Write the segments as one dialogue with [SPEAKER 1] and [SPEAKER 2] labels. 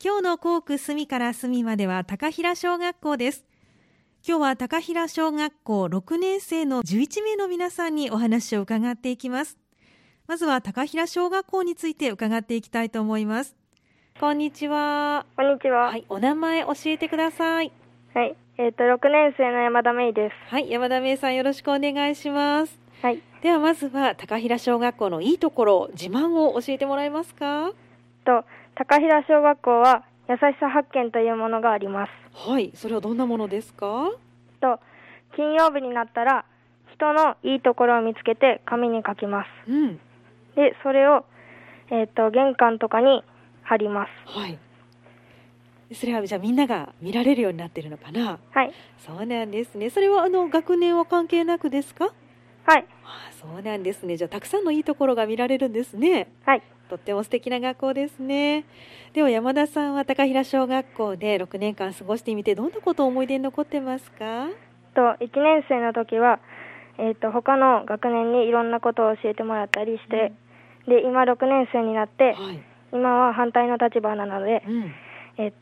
[SPEAKER 1] 今日の校区隅から隅までは高平小学校です今日は高平小学校6年生の11名の皆さんにお話を伺っていきますまずは高平小学校について伺っていきたいと思いますこんにちは
[SPEAKER 2] こんにちは。
[SPEAKER 1] は
[SPEAKER 2] はい。
[SPEAKER 1] い、お名前教えてください
[SPEAKER 2] えっ、と、6年生の山田芽衣です。
[SPEAKER 1] はい、山田芽衣さんよろしくお願いします
[SPEAKER 2] はい。
[SPEAKER 1] ではまずは高平小学校のいいところ自慢を教えてもらえますか
[SPEAKER 2] と、高平小学校は、優しさ発見というものがあります。
[SPEAKER 1] はい、それはどんなものですか
[SPEAKER 2] と、金曜日になったら、人のいいところを見つけて紙に書きま
[SPEAKER 1] うん、
[SPEAKER 2] す。で、それを、えっ、と、玄関とかに貼ります。
[SPEAKER 1] はいそれはじゃあみんなが見られるようになってるのかな
[SPEAKER 2] はい。
[SPEAKER 1] そうなんですねそれはあの学年は関係なくですか
[SPEAKER 2] はい。
[SPEAKER 1] ああそうなんですねじゃあたくさんのいいところが見られるんですね
[SPEAKER 2] はい。
[SPEAKER 1] とっても素敵な学校ですねでは山田さんは高平小学校で6年間過ごしてみてどんなことを思い出に残ってますか
[SPEAKER 2] と、1年生の時は、えっ、と、他の学年にいろんなことを教えてもらったりして、で、今6年生になって、
[SPEAKER 1] はい、
[SPEAKER 2] 今は反対の立場なので
[SPEAKER 1] う、ん
[SPEAKER 2] えっと、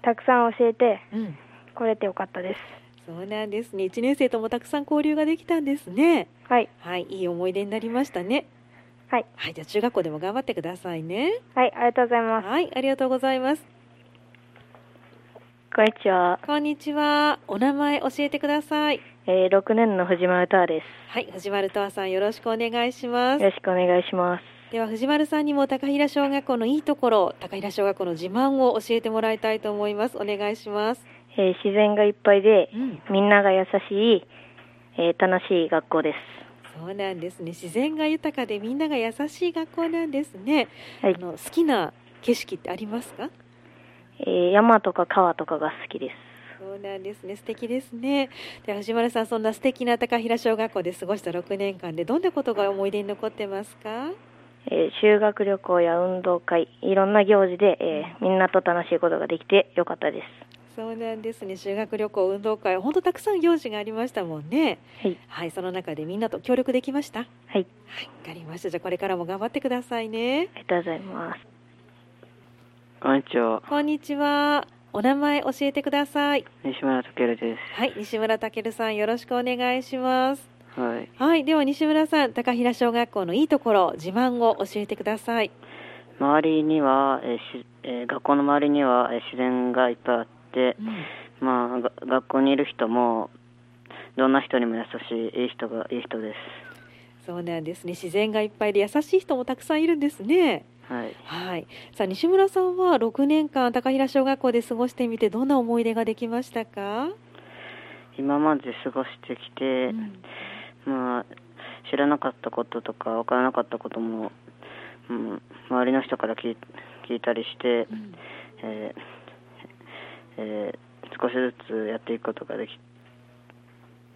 [SPEAKER 2] たくさん教えて
[SPEAKER 1] うん、
[SPEAKER 2] これてよかったです。
[SPEAKER 1] そうなんですね1年生ともたくさん交流ができたんですね
[SPEAKER 2] はい、
[SPEAKER 1] はいいい思い出になりましたね
[SPEAKER 2] はい、
[SPEAKER 1] はいじゃあ中学校でも頑張ってくださいね
[SPEAKER 2] はい、ありがとうございます。
[SPEAKER 1] はい、ありがとうございます。
[SPEAKER 2] こんにちは、
[SPEAKER 1] こんにちは。お名前教えてください。
[SPEAKER 2] えー、6年の藤間歌で。
[SPEAKER 1] はい、藤丸とわさんよろしくお願いします
[SPEAKER 2] よ
[SPEAKER 1] す。
[SPEAKER 2] ろしくお願いします。
[SPEAKER 1] では藤丸さんにも高平小学校のいいところ、高平小学校の自慢を教えてもらいたいと思います。お願いします。
[SPEAKER 2] えー、自然がいっぱいで
[SPEAKER 1] う、ん、
[SPEAKER 2] みんなが優しい、えー、楽しい学校で
[SPEAKER 1] そうなんですね。自然が豊かでみんなが優しい学校なんですね。
[SPEAKER 2] す。はい
[SPEAKER 1] あ、の好きな景色ってありますか？
[SPEAKER 2] えー、山とか川とかが好きです。
[SPEAKER 1] そうなんですね。素敵ですね。では藤丸さん、そんな素敵な高平小学校で過ごした6年間でどんなことが思い出に残ってますか？
[SPEAKER 2] えー、修学旅行や運動会、いろんな行事で、えー、みんなと楽しいことができてよかったで
[SPEAKER 1] そうなんですね修学旅行運動会本当たくさん行事がありましたもんね
[SPEAKER 2] す。はい、
[SPEAKER 1] はいその中でみんなと協力できましたはい
[SPEAKER 2] は
[SPEAKER 1] わ
[SPEAKER 2] い、
[SPEAKER 1] かりましたじゃあこれからも頑張ってくださいね
[SPEAKER 2] ありがとうございます。
[SPEAKER 3] こんにちは。
[SPEAKER 1] こんにちはお名前教えてください
[SPEAKER 3] 西村健で
[SPEAKER 1] はい西村健さんよろしくお願いします
[SPEAKER 3] す。はい。
[SPEAKER 1] はいでは西村さん高平小学校のいいところ自慢を教えてください
[SPEAKER 3] 周りには、えーしえー学校の周りには、えー自然がいっぱいあって、まあが学校にいる人もどんな人にも優しいいい人がいい人で
[SPEAKER 1] そうなんですね自然がいっぱいで優しい人もたくさんいるんですね
[SPEAKER 3] す。はい。
[SPEAKER 1] はいさあ西村さんは6年間高平小学校で過ごしてみてどんな思い出ができましたか
[SPEAKER 3] 今まで過ごしてきて、まあ知らなかったこととか分からなかったことも、うん、周りの人から聞い聞いたりして、えーえー少しずつやっていくことができ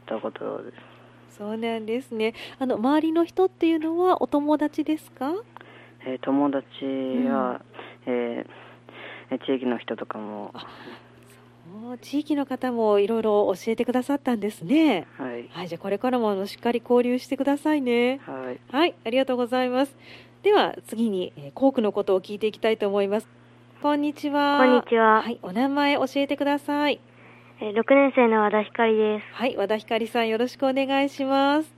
[SPEAKER 3] たことです。
[SPEAKER 1] そうなんですねあの周りの人っていうのはお友達ですか
[SPEAKER 3] えー友達や、えーえー地域の人とかも、
[SPEAKER 1] おー地域の方もいろいろ教えてくださったんですね
[SPEAKER 3] はい、
[SPEAKER 1] はいじゃあこれからもあのしっかり交流してくださいね
[SPEAKER 3] はい、
[SPEAKER 1] はいありがとうございますでは次に、えー、校区のことを聞いていきたいと思いますこんにちは
[SPEAKER 2] こんにちは。
[SPEAKER 1] はいお名前教えてください
[SPEAKER 2] えー、6年生の和田光です。
[SPEAKER 1] はい、和田光さんよろしくお願いします。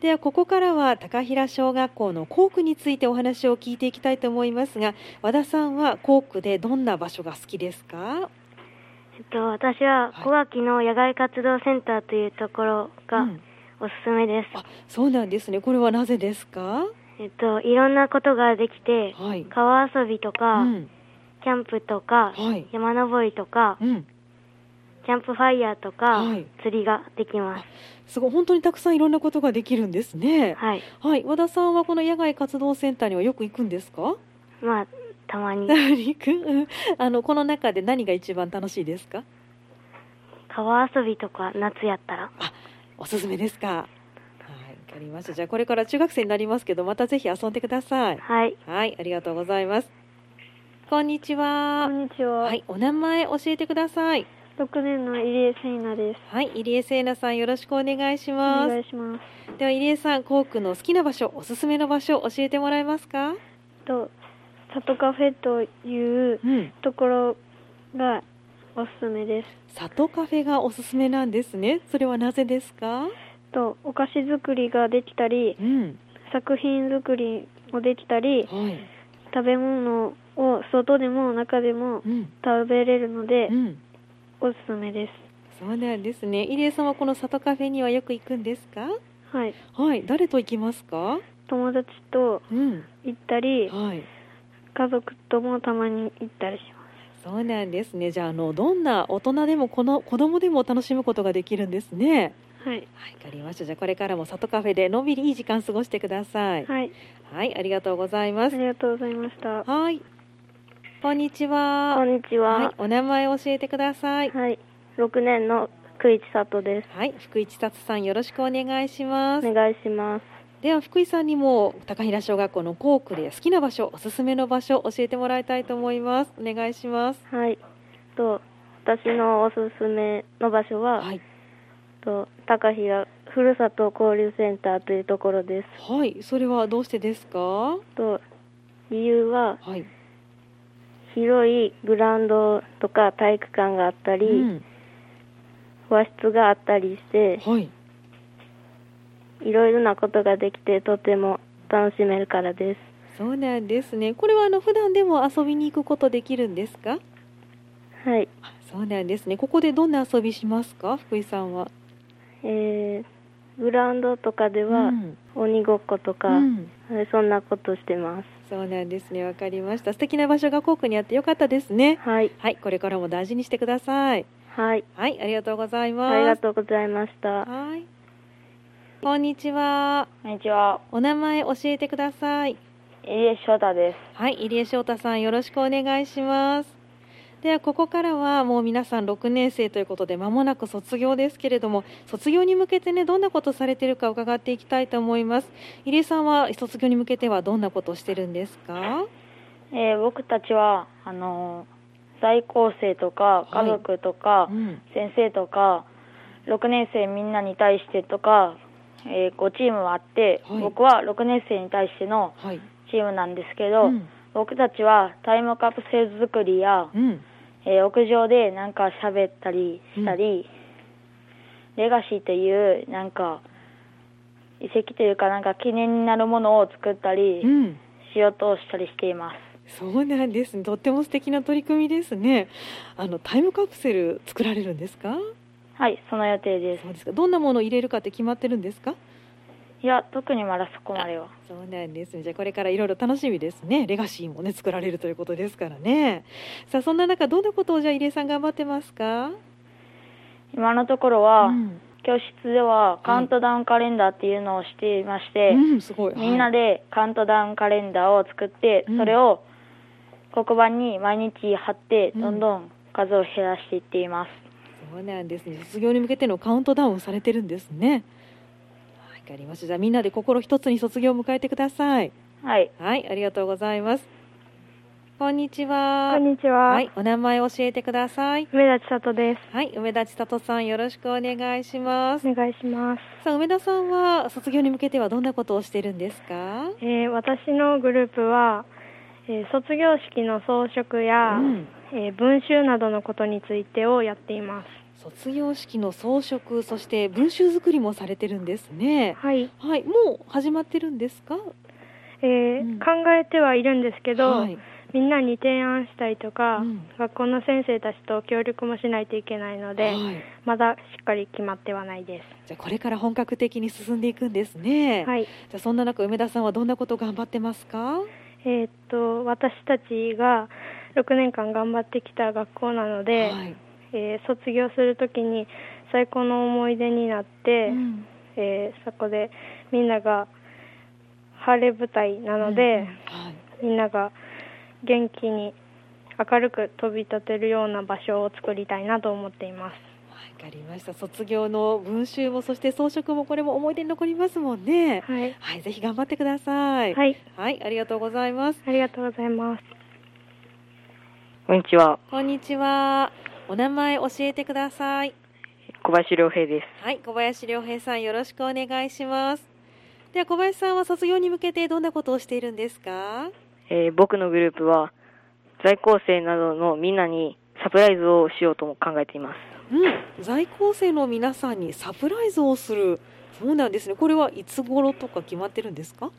[SPEAKER 1] ではここからは高平小学校の校区についてお話を聞いていきたいと思いますが、和田さんは校区でどんな場所が好きですか？
[SPEAKER 2] えっと、私は
[SPEAKER 1] はい
[SPEAKER 2] 小垣の野外活動センターというところ
[SPEAKER 1] う
[SPEAKER 2] が
[SPEAKER 1] ん
[SPEAKER 2] おすすめです。
[SPEAKER 1] あ、そうなんですね。これはなぜですか？
[SPEAKER 2] えっと、いろんなことができて、
[SPEAKER 1] はい。
[SPEAKER 2] 川遊びと
[SPEAKER 1] う
[SPEAKER 2] か、
[SPEAKER 1] ん、
[SPEAKER 2] キャンプとか、
[SPEAKER 1] はい。
[SPEAKER 2] 山登りとか
[SPEAKER 1] う、ん、
[SPEAKER 2] キャンプファイヤーとか、
[SPEAKER 1] はい
[SPEAKER 2] 釣りができます。
[SPEAKER 1] すごい本当にたくさんいろんなことができるんですね。
[SPEAKER 2] はい。
[SPEAKER 1] はい、和田さんはこの野外活動センターにはよく行くんですか？
[SPEAKER 2] まあ、たま に
[SPEAKER 1] 行く？うんあのこの中で何が一番楽しいですか？
[SPEAKER 2] 川遊びとか夏やったら。
[SPEAKER 1] おすすめですか。はい、わかりました。じゃあこれから中学生になりますけど、またぜひ遊んでください。
[SPEAKER 2] はい。
[SPEAKER 1] はい、ありがとうございます。こんにちは。
[SPEAKER 2] にちは
[SPEAKER 1] はい、お名前教えてください。
[SPEAKER 2] 6年の入江聖奈です。
[SPEAKER 1] はい、入江聖奈さんよろしくお願いします。
[SPEAKER 2] いします。
[SPEAKER 1] では入江さん、校区の好きな場所、おすすめの場所教えてもらえますか。
[SPEAKER 2] と、里カフェという
[SPEAKER 1] うん、
[SPEAKER 2] ところがおすすめです。
[SPEAKER 1] 里カフェがおすすめなんですね。それはなぜですか？
[SPEAKER 2] とお菓子作りができたり
[SPEAKER 1] うん、
[SPEAKER 2] 作品作りもできたり
[SPEAKER 1] はい、
[SPEAKER 2] 食べ物を外でも中でも
[SPEAKER 1] うん、
[SPEAKER 2] 食べれるので
[SPEAKER 1] うん、
[SPEAKER 2] おすすめで
[SPEAKER 1] そうなんですね。入江さんはこの里カフェにはよく行くんですか？
[SPEAKER 2] す。はい、
[SPEAKER 1] はい、誰と行きますか？
[SPEAKER 2] 友達と
[SPEAKER 1] うん、
[SPEAKER 2] 行ったり
[SPEAKER 1] はい。
[SPEAKER 2] 家族ともたまに行ったりしま
[SPEAKER 1] そうなんですね。じゃああのどんな大人でもこの子供でも楽しむことができるんですね。
[SPEAKER 2] す。はい、
[SPEAKER 1] はい、わかりました。じゃあこれからも里カフェでのんびりいい時間過ごしてください。はい、
[SPEAKER 2] はい、
[SPEAKER 1] ありがとうござい
[SPEAKER 2] あ
[SPEAKER 1] ます。
[SPEAKER 2] りがとうございました。
[SPEAKER 1] はい、こんにちは。
[SPEAKER 2] こんにち
[SPEAKER 1] はい
[SPEAKER 2] は、。
[SPEAKER 1] お名前教えてください。
[SPEAKER 2] はい、6年の久市里です。
[SPEAKER 1] はい、福井千里さんよろしくお願いしま
[SPEAKER 2] お
[SPEAKER 1] す。
[SPEAKER 2] 願いします。
[SPEAKER 1] では福井さんにも高平小学校の校区で好きな場所、おすすめの場所教えてもらいたいと思います。お願いします。
[SPEAKER 2] はい。と私のおすすめの場所は、
[SPEAKER 1] はい、
[SPEAKER 2] と高平ふるさと交流センターというところです。
[SPEAKER 1] はい、それはどうしてですか？は、
[SPEAKER 2] と理由はい広いグラウンドとか体育館があったり、
[SPEAKER 1] うん、
[SPEAKER 2] 和室があったりして、
[SPEAKER 1] はい。
[SPEAKER 2] いろいろなことができてとても楽しめるからです。
[SPEAKER 1] そうなんですね。これはあの普段でも遊びに行くことできるんですか？
[SPEAKER 2] はい。
[SPEAKER 1] あそうなんですね。ここでどんな遊びしますか、福井さんは？
[SPEAKER 2] えー、グラウンドとかでは、
[SPEAKER 1] うん
[SPEAKER 2] 鬼ごっことか、
[SPEAKER 1] うん
[SPEAKER 2] はいそんなことしてます。
[SPEAKER 1] そうなんですね。わかりました。素敵な場所が校区にあってよかったですね。
[SPEAKER 2] はい。
[SPEAKER 1] はい、これからも大事にしてください。
[SPEAKER 2] はい。
[SPEAKER 1] はい、ありがとうございます。
[SPEAKER 2] ありがとうございました。
[SPEAKER 1] はい。こんにちは。
[SPEAKER 2] こんにちは。
[SPEAKER 1] お名前教えてください。
[SPEAKER 2] 入江翔太です。
[SPEAKER 1] はい、入江翔太さん、よろしくお願いします。ではここからはもう皆さん6年生ということで間もなく卒業ですけれども卒業に向けてねどんなことされてるか伺っていきたいと思います入江さんは卒業に向けてはどんなことをしてるんですか
[SPEAKER 2] えー僕たちは、あのー在校生とか、
[SPEAKER 1] はい
[SPEAKER 2] 家族とか、
[SPEAKER 1] うん
[SPEAKER 2] 先生とか、6年生みんなに対してとか、え5チームはあって、
[SPEAKER 1] はい
[SPEAKER 2] 僕は6年生に対しての
[SPEAKER 1] はい
[SPEAKER 2] チームなんですけど、
[SPEAKER 1] うん
[SPEAKER 2] 僕たちはタイムカプセル作りや、
[SPEAKER 1] うん
[SPEAKER 2] えー屋上でなんか喋ったりしたり、レガシーというなんか遺跡というかなんか記念になるものを作ったり
[SPEAKER 1] うん
[SPEAKER 2] しようとしたりしています。
[SPEAKER 1] そうなんですね。とっても素敵な取り組みですね。あのタイムカプセル作られるんですか。
[SPEAKER 2] はい、その予定です
[SPEAKER 1] そ。うですか。どんなものを入れるかって決まってるんですか。
[SPEAKER 2] いや、特にまだそこまでは。
[SPEAKER 1] そうなんですね。じゃあこれからいろいろ楽しみですね。レガシーもね作られるということですからね。さあそんな中どんなことをじゃあ入江さん頑張ってますか。
[SPEAKER 2] 今のところは、
[SPEAKER 1] うん、
[SPEAKER 2] 教室ではカウン
[SPEAKER 1] は
[SPEAKER 2] トダウンカレンダーっていうのをしていまして、
[SPEAKER 1] うん、すごい。
[SPEAKER 2] みんなでカウントダウンカレンダーを作って、
[SPEAKER 1] うん
[SPEAKER 2] それを黒板に毎日貼って、
[SPEAKER 1] うん
[SPEAKER 2] どんどん数を減らしていっています。
[SPEAKER 1] そうなんですね。卒業に向けてのカウントダウンをされてるんですね。はいわかりました。じゃあみんなで心一つに卒業を迎えてください。
[SPEAKER 2] はい。
[SPEAKER 1] はい、ありがとうございます。こんにちは。
[SPEAKER 2] にちは
[SPEAKER 1] はい、お名前教えてください。
[SPEAKER 2] 梅田千里で
[SPEAKER 1] はい、梅田千里さん、よろしくお願いします。
[SPEAKER 2] お願いします。
[SPEAKER 1] さあ、梅田さんは卒業に向けてはどんなことをしてるんですか。
[SPEAKER 2] えー私のグループは、えー卒業式の装飾や、
[SPEAKER 1] うん
[SPEAKER 2] えー文集などのことについてをやっています。
[SPEAKER 1] 卒業式の装飾、そして文集作りもされてるんですね。
[SPEAKER 2] はい、
[SPEAKER 1] はい、もう始まってるんですか。
[SPEAKER 2] えー
[SPEAKER 1] うん
[SPEAKER 2] 考えてはいるんですけど、
[SPEAKER 1] はい
[SPEAKER 2] みんなに提案したりとか、
[SPEAKER 1] うん
[SPEAKER 2] 学校の先生たちと協力もしないといけないので、
[SPEAKER 1] はい
[SPEAKER 2] まだしっかり決まってはないで
[SPEAKER 1] じゃあこれから本格的に進んでいくんですね。
[SPEAKER 2] す。はい、
[SPEAKER 1] じゃあそんな中梅田さんはどんなことを頑張ってますか。
[SPEAKER 2] えーっと私たちが6年間頑張ってきた学校なので、
[SPEAKER 1] はい。
[SPEAKER 2] えー卒業するときに最高の思い出になって、
[SPEAKER 1] うん
[SPEAKER 2] えーそこでみんなが晴れ舞台なので、
[SPEAKER 1] はい。
[SPEAKER 2] みんなが元気に明るく飛び立てるような場所を作りたいなと思っています。
[SPEAKER 1] わかりました。卒業の文集もそして装飾もこれも思い出に残りますもんね。
[SPEAKER 2] はい、
[SPEAKER 1] はい、ぜひ頑張ってください。、
[SPEAKER 2] はいい、
[SPEAKER 1] ありがとうございます。
[SPEAKER 2] ありがとうございます。
[SPEAKER 3] こんにちは。
[SPEAKER 1] こんにちは。お名前教えてください。
[SPEAKER 3] 小林良平です。
[SPEAKER 1] はい、小林良平さん、よろしくお願いします。では小林さんは卒業に向けてどんなことをしているんですか。
[SPEAKER 4] えー僕のグループは在校生などのみんなにサプライズをしようとも考えています。
[SPEAKER 1] うん、在校生の皆さんにサプライズをする。そうなんですね。これはいつ頃とか決まってるんですか？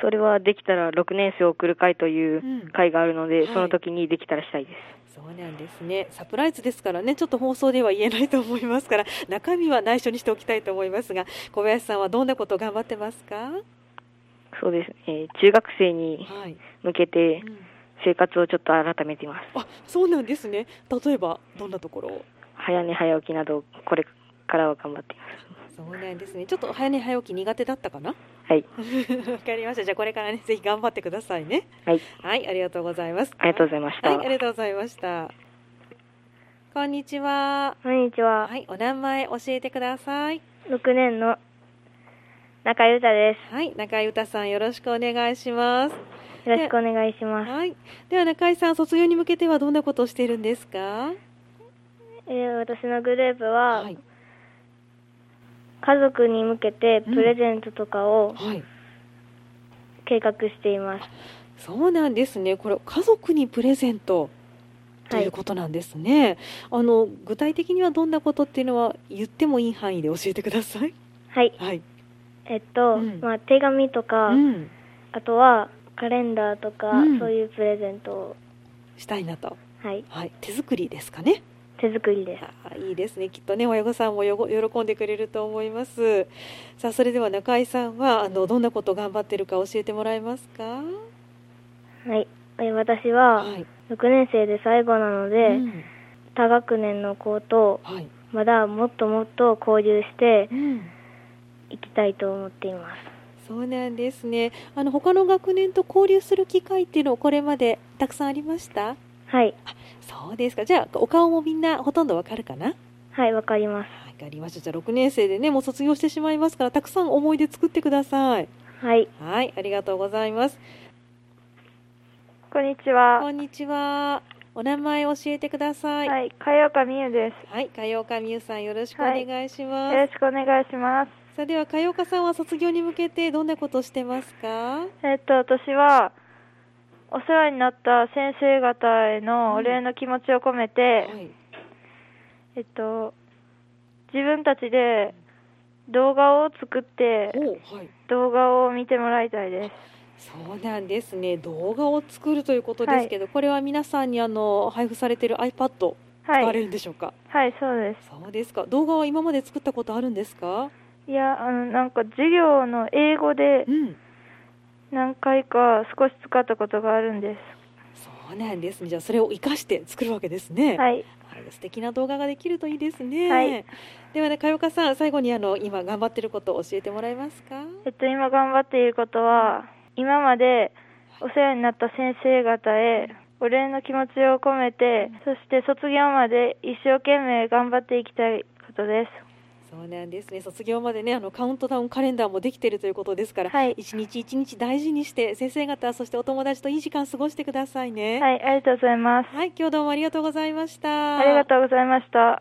[SPEAKER 4] それはできたら6年生を送る会といううん会があるので、
[SPEAKER 1] はい
[SPEAKER 4] その時にできたらしたいです。
[SPEAKER 1] そうなんですね。サプライズですからね、ちょっと放送では言えないと思いますから、 中身は内緒にしておきたいと思いますが、小林さんはどんなことを頑張ってますか？
[SPEAKER 4] そうです、えー中学生に
[SPEAKER 1] はい。
[SPEAKER 4] 向けて
[SPEAKER 1] うん
[SPEAKER 4] 生活をちょっと改めています。
[SPEAKER 1] あ、そうなんですね。例えばどんなところ？
[SPEAKER 4] 早寝早起きなど、これからは頑張っています。
[SPEAKER 1] そうなんですね。ちょっと早寝早起き苦手だったかな？
[SPEAKER 4] はい、
[SPEAKER 1] わかりました。じゃあこれからね、ぜひ頑張ってくださいね。
[SPEAKER 4] はい、
[SPEAKER 1] はい、ありがとうございます。
[SPEAKER 4] ありがとうございました。
[SPEAKER 1] はい、ありがとうございました。こんにちは。
[SPEAKER 2] こんにちは、
[SPEAKER 1] はい、お名前教えてください。
[SPEAKER 2] 6年の中裕太で
[SPEAKER 1] はい、中井歌さんよろしくお願いします。
[SPEAKER 2] す。よろしくお願いします。
[SPEAKER 1] はい。では中井さん卒業に向けてはどんなことをしているんですか。
[SPEAKER 2] えー私のグループは、
[SPEAKER 1] はい。
[SPEAKER 2] 家族に向けてプレゼントとかを
[SPEAKER 1] はい。
[SPEAKER 2] 計画しています。
[SPEAKER 1] そうなんですね。これ家族にプレゼントということなんですね。あの具体的にはどんなことっていうのは言ってもいい範囲で教えてください。
[SPEAKER 2] はい、
[SPEAKER 1] はい。
[SPEAKER 2] えっと、
[SPEAKER 1] うん
[SPEAKER 2] まあ手紙とか、
[SPEAKER 1] うん。
[SPEAKER 2] あとはカレンダーとか、
[SPEAKER 1] うん
[SPEAKER 2] そういうプレゼントを、
[SPEAKER 1] したいなと。
[SPEAKER 2] はい、
[SPEAKER 1] はい。手作りですかね。
[SPEAKER 2] 手作りです。
[SPEAKER 1] あーいいですね。きっとね、親御さんもよご喜んでくれると思います。さあ、それでは中井さんは、あの、どんなことを頑張ってるか教えてもらえますか。
[SPEAKER 2] はい、えー私は
[SPEAKER 1] はい。
[SPEAKER 2] 6年生で最後なので、
[SPEAKER 1] うん
[SPEAKER 2] 多学年の子と
[SPEAKER 1] はい。
[SPEAKER 2] まだもっともっと交流して
[SPEAKER 1] うん。
[SPEAKER 2] いきたいと思っています。
[SPEAKER 1] そうなんですね。あの、他の学年と交流する機会っていうのは、これまでたくさんありました。
[SPEAKER 2] はい、
[SPEAKER 1] そうですか。じゃあ、お顔もみんなほとんどわかるかな。
[SPEAKER 2] はい、わかります。
[SPEAKER 1] はいわかりました。じゃあ、6年生でね、もう卒業してしまいますから、たくさん思い出作ってください。
[SPEAKER 2] はい、
[SPEAKER 1] はい、ありがとうございます。
[SPEAKER 5] こんにちは。
[SPEAKER 1] こんにちは。お名前教えてください。はい、
[SPEAKER 5] はい、かよかみゆです。
[SPEAKER 1] かようかみゆさん、よろしくお願いします。
[SPEAKER 5] よろしくお願いします。
[SPEAKER 1] さあ、では、かようかさんは卒業に向けて、どんなことをしてますか。
[SPEAKER 5] えっと、私は、お世話になった先生方へのお礼の気持ちを込めて、
[SPEAKER 1] はい、
[SPEAKER 5] えっと、自分たちで動画を作って、
[SPEAKER 1] お、はい。
[SPEAKER 5] 動画を見てもらいたいです。
[SPEAKER 1] そうなんですね。動画を作るということですけど、これは皆さんにあの配布されている iPad
[SPEAKER 5] は
[SPEAKER 1] 使われ
[SPEAKER 5] い。
[SPEAKER 1] るんでしょうか。
[SPEAKER 5] はい、そうで
[SPEAKER 1] そうですか。動画は今まで作ったことあるんですか。
[SPEAKER 5] す。いや、あの、なんか授業の英語で
[SPEAKER 1] うん。
[SPEAKER 5] 何回か少し使ったことがあるんで
[SPEAKER 1] そうなんですね。じゃあそれを活かして作るわけですね。
[SPEAKER 5] す。はい。
[SPEAKER 1] はい素敵な動画ができるといいですね。
[SPEAKER 5] はい
[SPEAKER 1] ではね、かよかさん、最後にあの今頑張ってることを教えてもらえますか。
[SPEAKER 5] えっと、今頑張っていることは、今までお世話になった先生方へお礼の気持ちを込めて、そして卒業まで一生懸命頑張っていきたいことです。
[SPEAKER 1] そうなんですね。卒業までね、あのカウントダウンカレンダーもできているということですから、
[SPEAKER 5] はい
[SPEAKER 1] 一日一日大事にして先生方そしてお友達といい時間過ごしてくださいね。
[SPEAKER 5] はい、ありがとうございます。
[SPEAKER 1] はい、今日どうもありがとうございました。
[SPEAKER 5] ありがとうございました。